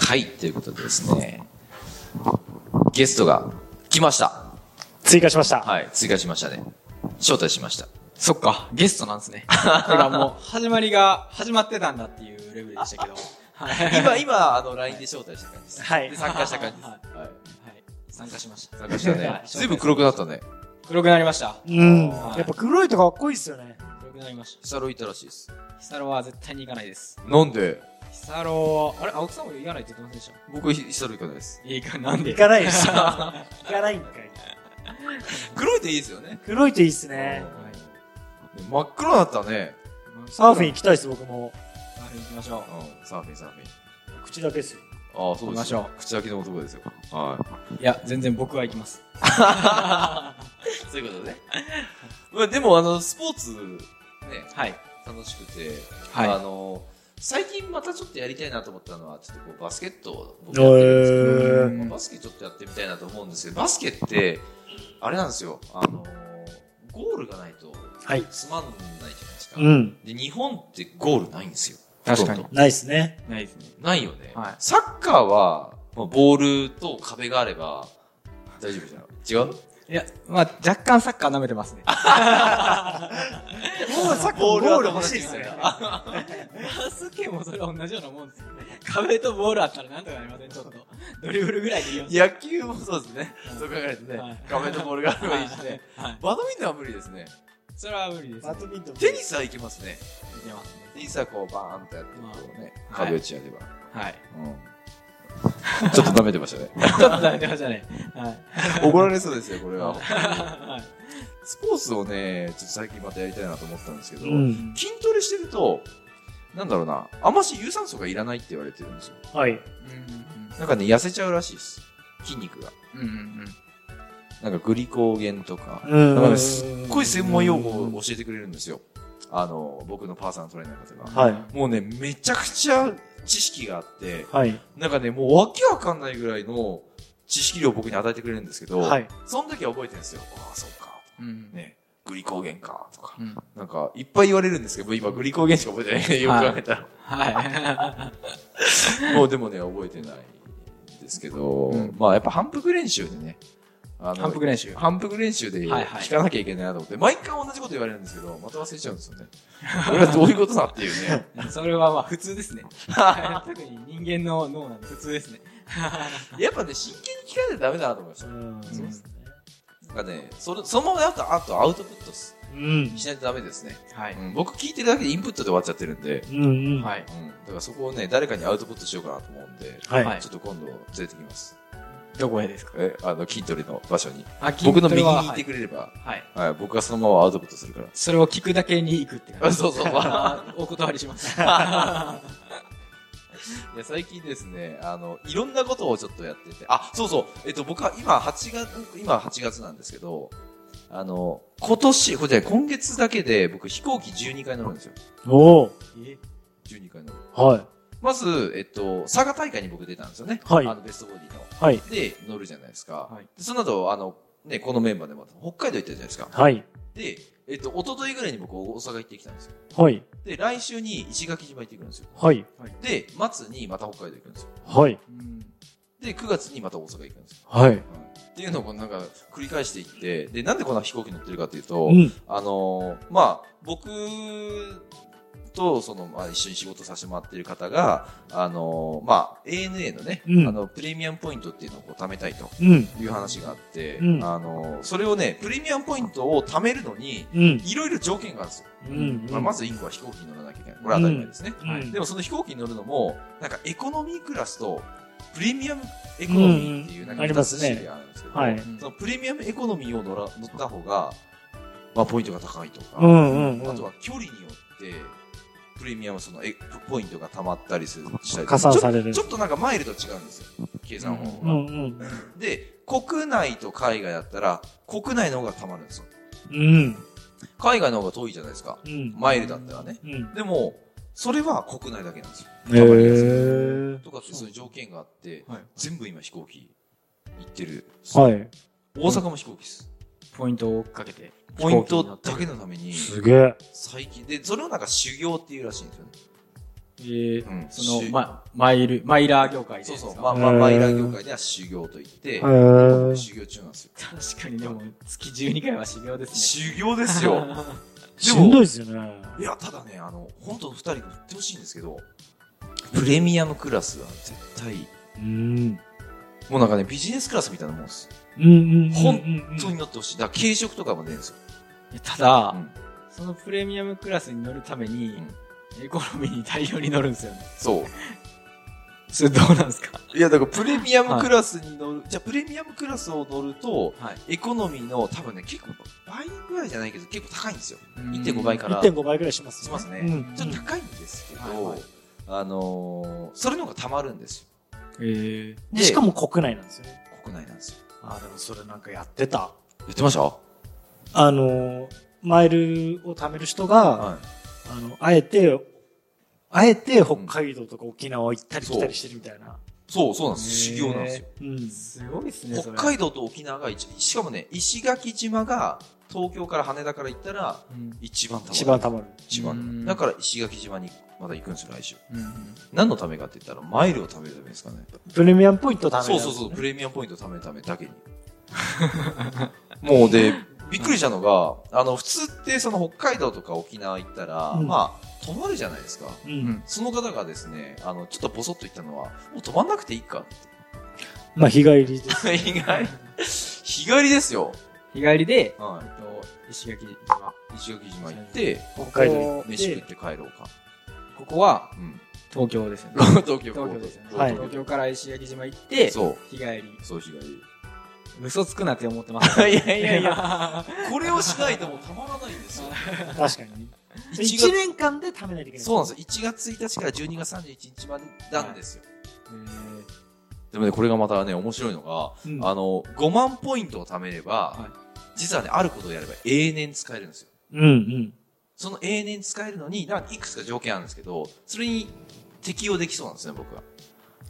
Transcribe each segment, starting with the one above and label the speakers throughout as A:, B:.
A: はい、ということでですね、ゲストが来ました。
B: 追加しました。
A: はい、追加しましたね。招待しま した。
C: そっか、ゲストなん ですね。だからもう、始まりが、始まってたんだっていうレベルでしたけど。はい。
A: 今、今、あの、LINE で招待した感じです。
B: はい
A: で参加した感じです。
C: はい
A: はい。
C: はい。参加しました。
A: 参加したね
C: は。い
A: 随分黒くなったね。
C: 黒くなりました。
B: うん。
C: はい
B: やっぱ黒いとかかっこいいっすよね。
C: 黒くなりまし
A: ヒサロいたらしいです。
C: た。ヒサロは絶対に行かないです。
A: なんで
C: ヒサロあれ、青木さんも行かないって言ってませんでした
A: 僕、ヒサロ行かないです。
C: いいか、なんで
B: 行かないでしょ。行かないんかい。
A: 黒いといいですよね。
B: 黒いといいっすね。
C: はい
A: 真っ黒だったね。
B: サーフィン行きたいっす、僕も。
C: サーフィン行きましょ
A: うん、サーフィン、サーフィン。
B: 口だけっすよ。
A: ああ、そうです
C: 行き
A: よ
C: ましょ。
A: 口開きの男ですよ。はい。
C: う。いや、全然僕は行きます。
A: そういうことね。まあでも、あの、スポーツ、ね、
C: はい。
A: 楽しくて、
C: はい
A: あの、最近またちょっとやりたいなと思ったのは、ちょっとこうバスケットを僕やってるんですけど
C: へー
A: まあバスケちょっとやってみたいなと思うんですけど、バスケって、あれなんですよ、あの、ゴールがないと、
B: はい
A: つまんないじゃないですか。
B: うん。
A: で、日本ってゴールないんですよ。
C: 確かに
A: ほとん
B: ないっすね。
C: ないですね。
A: どないよね。
C: はい
A: サッカーは、まあ、ボールと壁があれば、大丈夫じゃん違う
C: いや、まあ若干サッカー舐めてますね。
B: もうさっき
A: ボ
B: ゴ
A: ールは
B: ール欲しいっすね。
C: バスケもそれは同じようなもんですよね。壁とボールあったらなんとかなりません、ちょっと。ドリブルぐらいでいいよ。
A: 野球もそうですね。そう考えると
C: はい
A: ね、画面のボールがあればいいしね。
C: はい。
A: バドミントンは無理ですね。
C: それは無理です、
B: バドミントン。
A: テニスはいけますね。
C: いけますね。
A: テニスはこうバーンとやって
C: まあ
A: こうね、
C: はい
A: 壁打ちやれば。
C: はい。
A: うん。ちょっと舐めてましたね。
C: ちょっと舐めてましたね。はい。
A: 怒られそうですよ、これは。
C: はい。
A: スポーツをね、ちょっと最近またやりたいなと思ったんですけど、
B: うん。
A: 筋トレしてると、なんだろうな、あんまし有酸素がいらないって言われてるんですよ。
B: はい。
A: なんかね、痩せちゃうらしいです。筋肉が。
C: うんうんうん。
A: なんかグリコーゲンとか、
B: うん
A: なんかねすっごい専門用語を教えてくれるんですよ。あの、僕のパーソナルトレーナーの方が。
B: は
A: もうね、めちゃくちゃ知識があって、
B: い。はい。
A: なんかね、もうわけわかんないぐらいの知識量を僕に与えてくれるんですけど、
B: はい。
A: その時は覚えてるんですよ。ああ、そうか。
C: うん
A: ね、グリコーゲンか、とか。
C: うん
A: なんか、いっぱい言われるんですけど、今グリコーゲンしか覚えてない。よく考えたら。
C: は
A: もうでもね、覚えてないですけど、
C: うん
A: まあやっぱ反復練習でね、あ
C: い。
A: の
C: 反復練習。
A: 反復練習で
C: はいはい
A: 聞かなきゃいけないなと思って、毎回同じこと言われるんですけど、また忘れちゃうんですよね。これはどういうことだっていう ね。
C: それはまあ普通ですね。はい特に人間の脳なんで普通ですね。
A: やっぱね、真剣に聞かないとダメだなと思いました。
B: うん。
C: そうっす
A: なんかね、それそのままだと、あとアウトプットす
B: うん。
A: しないとダメですね、
C: はい。
A: うん僕聞いてるだけでインプットで終わっちゃってるんで、
B: うんうん。
C: はい。
A: うん、だからそこをね、誰かにアウトプットしようかなと思うんで、
B: はい。
C: はい
A: ちょっと今度連れてきます。
C: どこへですか
A: え、あの、筋トレの場所に。
C: あ
A: 僕の右に行
C: は
A: っ
C: い
A: てくれれば、
C: はい。
A: はい、僕がそのままアウトプットするから。
C: それを聞くだけに行くって感
A: あ
C: じ。
A: そう そう。
C: あーお断りします。
A: いや最近ですね、あの、いろんなことをちょっとやってて、あ、そうそう、えっと、僕は今8月、今8月なんですけど、あの、今年、これじゃない今月だけで僕飛行機12回乗るんですよ。
B: おー。
C: え
A: 12回乗る。
B: はい。
A: まず、えっと、佐賀大会に僕出たんですよね。
B: はい
A: あの、ベストボディの。
B: はい。
A: で、乗るじゃないですか。
C: はい
A: でその後、あの、ね、このメンバーでまた北海道行ったじゃないですか。
B: はい。
A: で、えっと、一昨日ぐらいに僕大阪行ってきたんですよ。
B: はい。
A: で、来週に石垣島行ってくるんですよ。
B: はい。
A: で、末にまた北海道行くんですよ。
B: はい。
C: うん
A: で、9月にまた大阪行くんですよ。
B: はい。
A: っていうのをこうなんか繰り返していって、で、なんでこんな飛行機乗ってるかっていうと、
B: うん。
A: あのーまあ、僕と、その、まあ、一緒に仕事させてもらってる方が、あのーまあ、ANA のね、
B: うん
A: あの、プレミアムポイントっていうのをこう貯めたいと
B: うん。
A: いう話があって、
B: うん
A: あのーそれをね、プレミアムポイントを貯めるのに、
B: うん。
A: いろいろ条件があるんですよ。
B: うん。
A: まあ、まずインコは飛行機に乗らなきゃいけない。これは当たり前ですね。
B: うん、
A: でもその飛行機に乗るのも、なんかエコノミークラスとプレミアムエコノミーっていうう、
B: ん
A: なんか
B: あり
A: 2
B: ま
A: つ
B: す
A: 種
B: ね
A: 類があるんですけど、
B: はい。
A: そのプレミアムエコノミーを乗ら乗った方が、まあ、ポイントが高いとか、
B: うんうんうん
A: あとは距離によって、プレミアムそのエポイントが溜まったりするしたり
B: 加算され
A: ちょ
B: る
A: ち。ょっとなんかマイルと違うんですよ、計算方法
B: う
A: が。
B: んうん。
A: で、国内と海外だったら、国内の方が溜まるんですよ。
B: うん。
A: 海外の方が遠いじゃないですか。
B: うん。
A: マイルだったらね。
B: うん。
A: でも、それは国内だけなんですよ。
B: へー。
A: とかってそういう条件があって、
C: はい
A: 全部今飛行機行ってる。
B: はい。
A: 大阪も飛行機です。
C: ポイントを追っかけて。
A: ポイントだけのために、
B: すげえ。
A: 最近、で、それをなんか修行っていうらしいんですよね。
C: えー
A: うん
C: その、
A: し
C: ま、マイル、マイラー業界で。
A: そうそう、
C: ですか
A: まあ、
B: うん
A: まあ、マイラー業界では修行と言って、
B: うん
A: 修行中なんですよ。
C: 確かにでも、月12回は修行 ですね。
A: 修行ですよ。
B: しんどいですよね。
A: いや、ただね、あの、本当二人に言ってほしいんですけど、プレミアムクラスは絶対、
B: うん。
A: もうなんかね、ビジネスクラスみたいなもんです。
B: うんうんうん。
A: ほん
B: ん
A: 本当になってほしい。だから軽食とかも出るんですよ。
C: いやただ、
A: うん
C: そのプレミアムクラスに乗るために
A: ん、
C: エコノミーに大量に乗るんですよね。
A: そう。
C: それどうなんですか
A: いや、だからプレミアムクラスに乗る、じゃあプレミアムクラスを乗ると、
C: はい
A: エコノミーの多分ね、結構倍ぐらいじゃないけど、結構高いんですよ。1.5倍から。
B: 1.5倍ぐらいします
A: しますね。
B: うん
A: ちょっと高いんですけど、
C: はいはい
A: あのーそれの方がたまるんですよ。
C: えー、
A: で
B: しかも国内なんですよね。
A: 国内なんですよ。
B: あーでもそれなんかやってた。
A: 言ってましたは
B: あのー、マイルを貯める人が、
A: い。
B: あの、あえて、あえて北海道とか沖縄行ったり来たりしてるみたいな。
A: そう、そうなんです。
C: へ
A: 修
C: ー
A: 行なんですよ。
B: うん。
C: すごいですね、
A: 北海道と沖縄が一、しかもね、石垣島が東京から羽田から行ったら
C: 道。うん
A: 一番たまる。
B: 一番貯まる。
A: 一番
C: うん
A: だから石垣島にまだ行くんですよ、来週。
C: うんうん
A: 何のためかって言ったら、マイルを貯めるためですかね。
B: プレミアムポイント貯める、
A: そうそうそう、プレミアムポイント貯めるためだけに。 もうで、びっくりしたのが、あの、普通ってその北海道とか沖縄行ったら、
B: うん
A: まあ、泊まるじゃないですか。
B: う。う。
C: うんん。
A: その方がですね、あの、ちょっとボソッと言ったのは、もう泊まんなくていい か。
B: まあ、日帰りです。
A: 日帰り、日帰りですよ。
C: 日帰りで、
A: は
C: えっと、石垣島。
A: い。石垣島行って、
B: 北海道行っ
C: ここ
A: 飯食って帰ろうか。
C: ここは
A: うん。
C: 東京ですよね。
A: 東京
C: 東京ですよね。
B: はい
C: 東京から石垣島行って、
A: そう。
C: 日帰り。
A: そう、日帰り。
C: 嘘つくなって思ってます。
A: いや
C: い
A: いやいや、
C: や。
A: これをしないともうたまらないん ですよ。
B: 確かに。
A: 1
B: 1年間で貯めないといけない。
A: そうなんですよ。1月1日から12月31日までなんですよ。でもね、これがまたね、面白いのが、
B: うん
A: あの、5万ポイントを貯めれば、
C: はい
A: 実はね、あることをやれば永年使えるんですよ。
B: うんうん。
A: その永年使えるのに、なんかいくつか条件あるんですけど、それに適用できそうなんですね、僕は。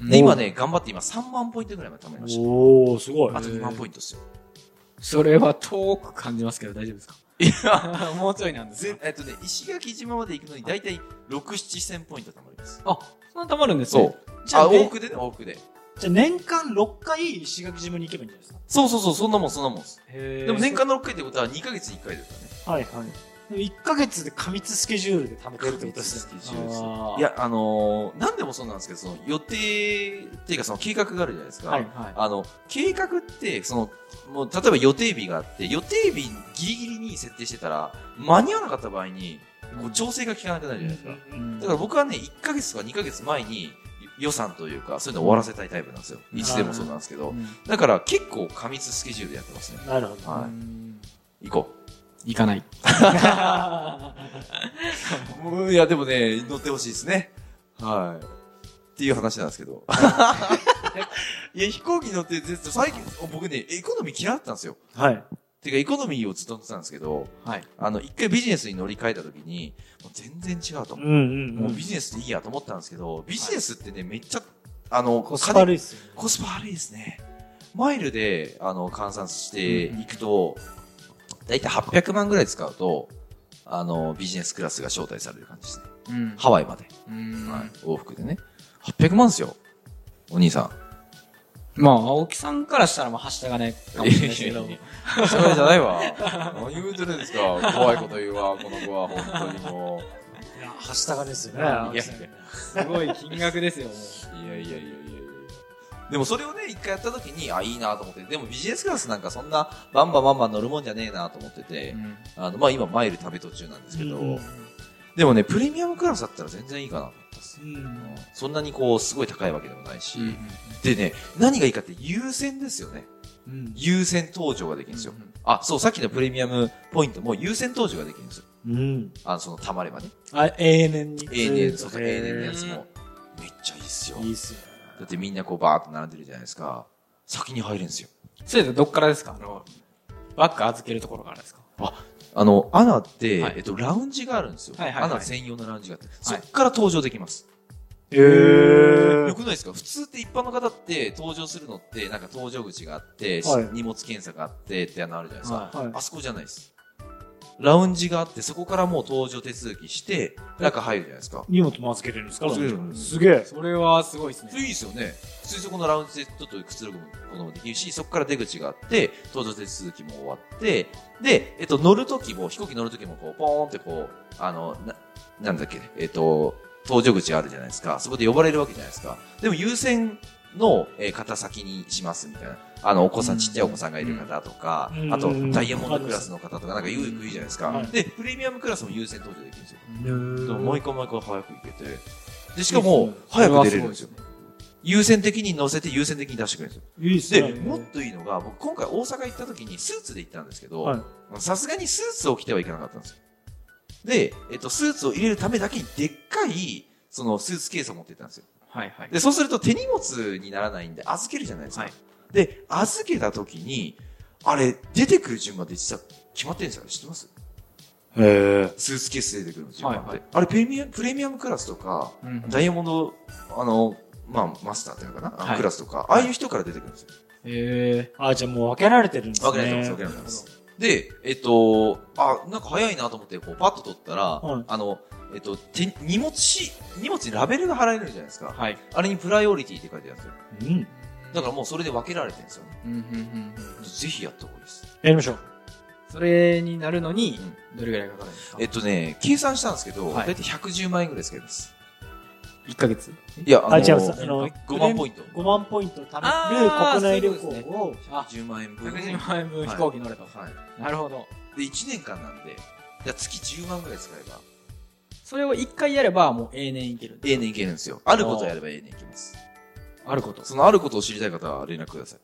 A: で、今ね、頑張って今3万ポイントぐらいまで貯めまし
B: おー、すごい
A: た。あ。と2万ポイントですよ。
C: それは遠く感じますけど大丈夫ですかいや、もうちょいなんです
A: ぜ
C: ね。
A: えっとね、石垣島まで行くのに大体6、7千ポイント貯まります。
C: あ、そんな溜まるんです
A: そう
C: ね。。
B: じゃ
A: あ、
B: あ、
A: 往
B: ね、
A: 復でね、往復で。
B: じゃあ年間6回石垣島に行けばいいんじゃないです
A: そうそうそう、そんなもん、そんなもんです。
C: へー
A: でも年間の6回ってことは2ヶ月に1回ですからね。
B: か。はいはい。でも1ヶ月で過密スケジュールで貯めてるってことですね。
C: あー
A: いや、あのー、何でもそうなんですけど、その予定っていうかその計画があるじゃないですか。
B: はい
C: はい。
A: あの、計画って、その、もう例えば予定日があって、予定日ギリギリに設定してたら、間に合わなかった場合に、こう調整が効かなくなるじゃないですか。だから僕はね、1ヶ月とか2ヶ月前に予算というか、そういうのを終わらせたいタイプなんですよ。
C: うん
A: いつでもそうなんですけど。
C: うん
A: だから結構過密スケジュールでやってますね。
B: なるほど。
A: は
C: うん
A: い。行こ
C: 行かない。
A: う。うんいや、でもね、乗ってほしいですね。はい。っていう話なんですけ ど。いや、飛行機乗って、ずっと最近、僕ね、エコノミー嫌いだったんですよ。
B: はい。
A: てか、エコノミーをずっと乗ってたんですけど、
C: はい。
A: あの、一回ビジネスに乗り換えた時に、もう全然違うと
B: う
A: 思
B: ん
A: う。
B: うんう
A: もうんビ。ジネスでいいやと思ったんですけど、ビジネスってね、めっちゃ、あの、
B: コスパ悪いっすよね
A: 金。コスパ悪いですね。マイルで、あの、換算していくと、だいたい800万ぐらい使うと、あの、ビジネスクラスが招待される感じですね。
C: うん
A: ハワイまで。
C: うん
A: はい。往復でね。800万ですよ。お兄さん。
C: まあ、青木さんからしたら、まあ、はしたがないかもしれないで すけど。
A: それじゃないわ。何言うてるんですか。怖いこと言うわ、この子は、本当にも
B: いや、はしたがですよね。
C: いや
B: 青木さん
A: いや
C: すごい金額ですよ、も
A: う。いやいやいやいやいや。でもそれをね、一回やった時に、あ、いいなと思って、でもビジネスクラスなんかそんな、バンバンバンバン乗るもんじゃねえなと思ってて、
C: う。
A: あの、まあ今、マイル食べ途中なんですけど、
B: うんうん
A: でもね、プレミアムクラスだったら全然いいかなと思ったっす。
B: うん。
A: そんなにこう、すごい高いわけでもないし、
C: うん
A: でね、何がいいかって優先ですよね。
B: うん。
A: 優先登場ができるんですよ。
C: うん
A: あ、そう、さっきのプレミアムポイントも優先登場ができるんですよ。
B: うん。
A: あの、その、たまればね。
B: あ、永年に。
A: 永年、
B: ず
A: そ
B: っ
A: う
B: と
A: そう、永年のやつも。めっちゃいいっすよ。
B: いいっすよね。
A: だってみんなこうバーっと並んでるじゃないですか。先に入れんすよ。
C: それでどっからですかあの、バッグ預けるところからですか
A: あの、アナって、
C: はい
A: えっと、ラウンジがあるんですよ。
C: はいはいはい
A: アナ専用のラウンジがあって、そっから登場できます。
B: へ
A: 良よ
B: ー
A: く。ないですか普通って一般の方って登場するのって、なんか搭乗口があって、
B: はい
A: 荷物検査があってってあのあるじゃないですか。
C: は
B: はい
A: あそこじゃないです。ラウンジがあって、そこからもう搭乗手続きして、中入るじゃないですか。
B: 荷物も預けれるんですか
A: 預けれるんです
B: すげえ。
C: それはすごいで
A: そ
C: す
A: れい
C: ね。
A: いですよね。普通にそこのラウンジでちょっとくつろぐこともできるし、そこから出口があって、搭乗手続きも終わって、で、えっと、乗るときも、飛行機乗るときも、こう、ポーンってこう、あの、な、なんだっけ、えっと、搭乗口あるじゃないですか。そこで呼ばれるわけじゃないですか。でも優先の、えー方先にしますみたいな。あの、お子さん、ちっちゃいお子さんがいる方とか
B: う、ん
A: あと
B: うん、
A: ダイヤモンドクラスの方とか、なんかよく言うじゃないです
B: は
A: か
B: い。
A: で、プレミアムクラスも優先搭乗できるんですよ。
B: うん
A: でも毎回毎回早く行けて。で、し
C: し
A: かも、早く出れるんですよ。
C: ね。
A: 優先的に乗せて優先的に出してくれるんで
B: いいっ
A: すよ。で、
B: ね
A: もっといいのが、僕今回大阪行った時にスーツで行ったんですけ
B: はい
A: ど、さすがにスーツを着てはいかなかったんですよ。で、えっと、スーツを入れるためだけにでっかい、そのスーツケースを持って行ったんですよ。
C: はいはい。
A: で、そうすると手荷物にならないんで預けるじゃないですか。
C: はい
A: で、預けた時に、あれ、出てくる順番で実は決まってるんですよ。知ってます
B: へえ。
A: スーツケースで出てくるの順番って。
C: はいはい
A: あれプレミア、プレミアムクラスとか、
C: うんうん
A: ダイヤモンド、あの、まあ、マスターっていうのかな、あの
C: はい
A: クラスとか、ああいう人から出てくるんですよ。
C: え
B: あ、じゃあもう分けられてるんですね。
A: 分けられてます、分けられてます。で、えっと、あ、なんか早いなと思って、こう、パッと取ったら、
B: はい
A: あの、えっと、手荷物し、荷物にラベルが貼られるじゃないですか。
C: ー、はい。
A: あれにプライオリティって書いてあるんですよ。
B: うん。
A: だからもうそれで分けられてるんですよね。
C: うんうんうんうん
A: ぜひやった方がいいです。
B: やりましょう。
C: それになるのに、どれぐらいかかるんですか
A: えっとね、計算したんですけど、
C: はい
A: だいたい110万円ぐらい使います。
C: 一ヶ月
A: いや、あの
B: あ、違う、あの、
A: 5万ポイント。
B: 5万ポイント貯める
C: あー
B: 国内旅
C: そういう
B: 行
C: こ
B: を、
C: あ、
A: 10万円分。
C: 110万円分飛行機乗れと。
A: はい。
C: なるほど。
A: で、1年間なんで、じゃあ月10万ぐらい使えば、
C: それを一回やれば、もう永年いける。
A: 永年いけるんですよ。あることをやれば永年いけます。
C: あること。
A: そのあることを知りたい方は連絡ください。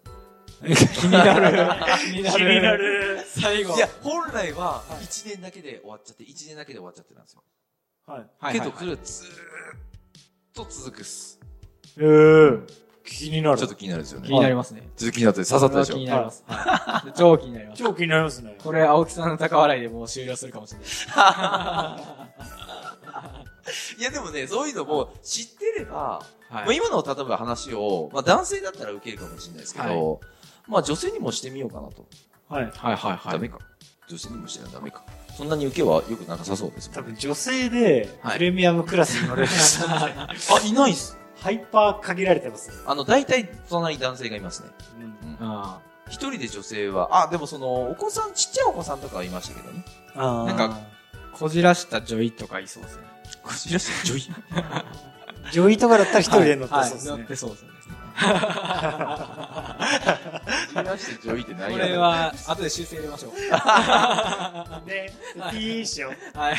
C: 気になる。 気に
B: 気にな。る。
C: 最後。
A: いや、本来は1年だけで終わっちゃって、1年だけで終わっちゃってなんですよ。
B: はい。
C: はい
A: け
C: はい
A: ど、
C: は
A: そ
C: い
A: れはずーっと続くっす。
B: えー、気にな
A: ちょっと。
B: る
A: 気になるんですよね。
C: 気になりますね。
A: 続きになって刺さったでし
C: これは気に
A: ょ。
C: なります。はい超気になります。
B: 超気になりますね。
C: これ、青木さんの高笑いでもう終了するかもしれない。
A: いや、でもね、そういうのも知ってれば、ま
C: は
A: あ
C: い。
A: 今の例えば話を、まあ男性だったら受けるかもしれないですけど、まあ女性にもしてみようかなと。
B: はい。
C: はいはいは
A: ダメか。女性にもしてるのはダメか。そんなに受けは良くなさそうです
B: 多
A: もんね
B: 分女性で
A: はい
B: プレミアムクラスに乗れる人、
A: あ、いないっす。
B: ハイパー限られてます。
A: あの、大体隣に男性がいますね。
B: うん
C: あ
A: 一人で女性は、あ、でもその、お子さん、ちっちゃいお子さんとかはいましたけどね。
B: あー
A: なんか、
C: ーこじらした女医とかいそうですね。
A: こじらして、女優。
B: 女医とかだったら一人で乗って
C: はい
B: そうです
C: 乗っ
B: ね。
C: てそうですね。
A: こじらして女優って
C: こ
A: 何やねん
C: れは、後で修正入れましょう。
B: ね、ピーしよう。
C: はい。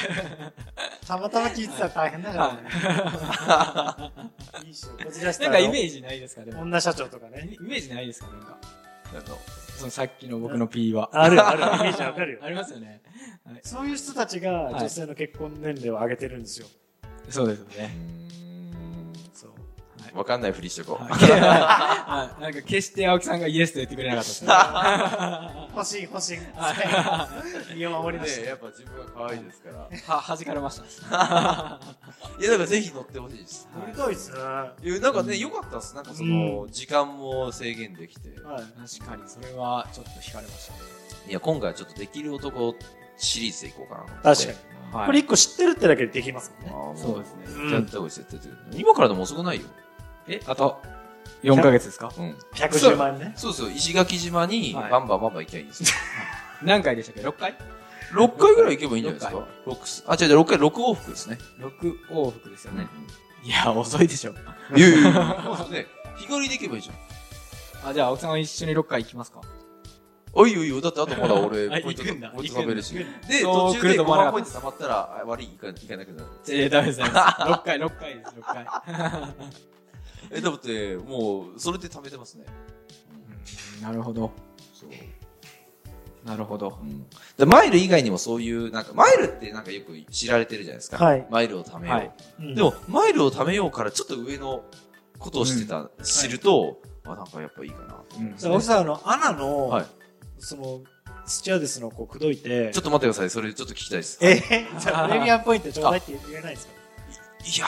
B: たまたま聞いてたら大変だからね。いいしよう。こじらした
C: なん
B: ら。
C: かイメージないですかでも。
B: 女社長とかね。
C: イメージないですかなんか。
A: あの
C: そのさっきの僕の P は。
B: あるよあるよ。イメージわかるよ。
C: ありますよね。
B: そういう人たちが
C: い
B: 女性の結婚年齢を上げてるんですよ。
C: そうですよ
A: うー
C: ね。
A: ん
B: そう。
A: わかんないふりしとこう。
C: はいなんか決して青木さんがイエスと言ってくれなかったですね。
B: 欲しい欲しい。
C: は
B: 身を守りまし
A: ね
B: た。
A: やっぱ自分は可愛いですから。
C: 弾かれました。
A: いや、だからぜひ乗ってほしいです。
B: 乗りたいですね。はい
A: や、なんかね、良かったっす。なんかその、時間も制限できて。
B: い。
C: 確かに、それはちょっと惹かれましたね。
A: いや、今回はちょっとできる男シリーズでいこうかなと思って。
B: 確かに。
C: は
B: これ一個知ってるってだけでできますもんね。
A: あー
C: そうですね。
B: うん
A: ちゃんと教えてて。今からでも遅くないよ。
C: え、あと、4ヶ月ですか
A: うん。
B: 110万ね。
A: そうそう、石垣島に
C: はい
A: バンバンバンバン行きゃいいんですよ。
C: 何回でしたっけ ?6 回
A: 6回ぐらい行けばいいんじゃないですか。六あ、違う違う、6回、6往復ですね。
C: ?6 往復ですよね。
A: う
C: いや、遅いでしょ。
A: ん。いやいやいや。そうですね日帰りで行けばいいじゃん。
C: あ、じゃあ、青木さんは一緒に6回行きますか
A: あ、いいよいいよ。だってあとまだ俺、
C: あ
A: ポイント
C: 行くんだ
A: ポイント食べるし。で、
C: そ
A: 途
C: う
A: 中
C: 来る
A: で
C: と
A: 5
C: 思わな
A: 万
C: か
A: ポ
C: っ
A: イ
C: た
A: ント溜まったら、あ悪い、行か行かなくなる。
C: えー、ダメです、 ダメです。6回、6回です、6回。
A: え、だって、もう、それで貯めてますね。
C: うんなるほど。
A: そう。
C: なるほど
A: う。ん。で、マイル以外にもそういう、なんか、マイルってなんかよく知られてるじゃないですか。
B: はい
A: マイルを貯めよう。
C: はい
B: うん
A: でも、マイルを貯めようから、ちょっと上のことを知ってた、知ると、あ、なんかやっぱいいかなと思うんですね、
B: だから僕さ、あの、アナの、
A: はい
B: その、スチュアデスの子口説いて、
A: ちょっと待ってください。それちょっと聞きたいです。
B: えー、じゃあプレミアムポイントちょうだいって言えないですか
A: いやー、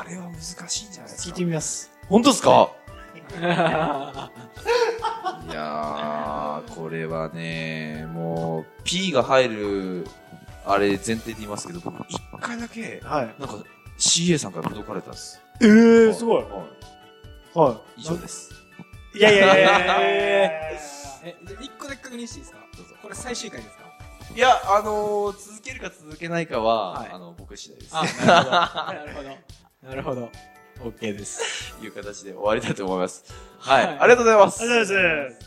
A: あれは難しいんじゃないです
B: 聞い
A: か。
B: てみます。
A: 本当ですか
C: はい
A: やー、これはね、もう、P が入るあれ前提で言いますけど、僕一回だけ、
B: はい。
A: なんか CA さんから届かれたんです。
B: ええ
A: え
B: すごい。
A: は。
B: はい
A: 以上です。
B: い。いやいやいやいや
C: え、じゃあ一個だけ確認していいですか
A: どうぞ
C: これ最終回ですか
A: いや、あのー続けるか続けないかは、
C: はい
A: あの、僕次第 です。
C: あ、なるほど。 なるほど。なるほど。OK です。
A: いう形で終わりたいと思います。はい。
C: はい
A: ありがとうございます。
B: ありがとうございます。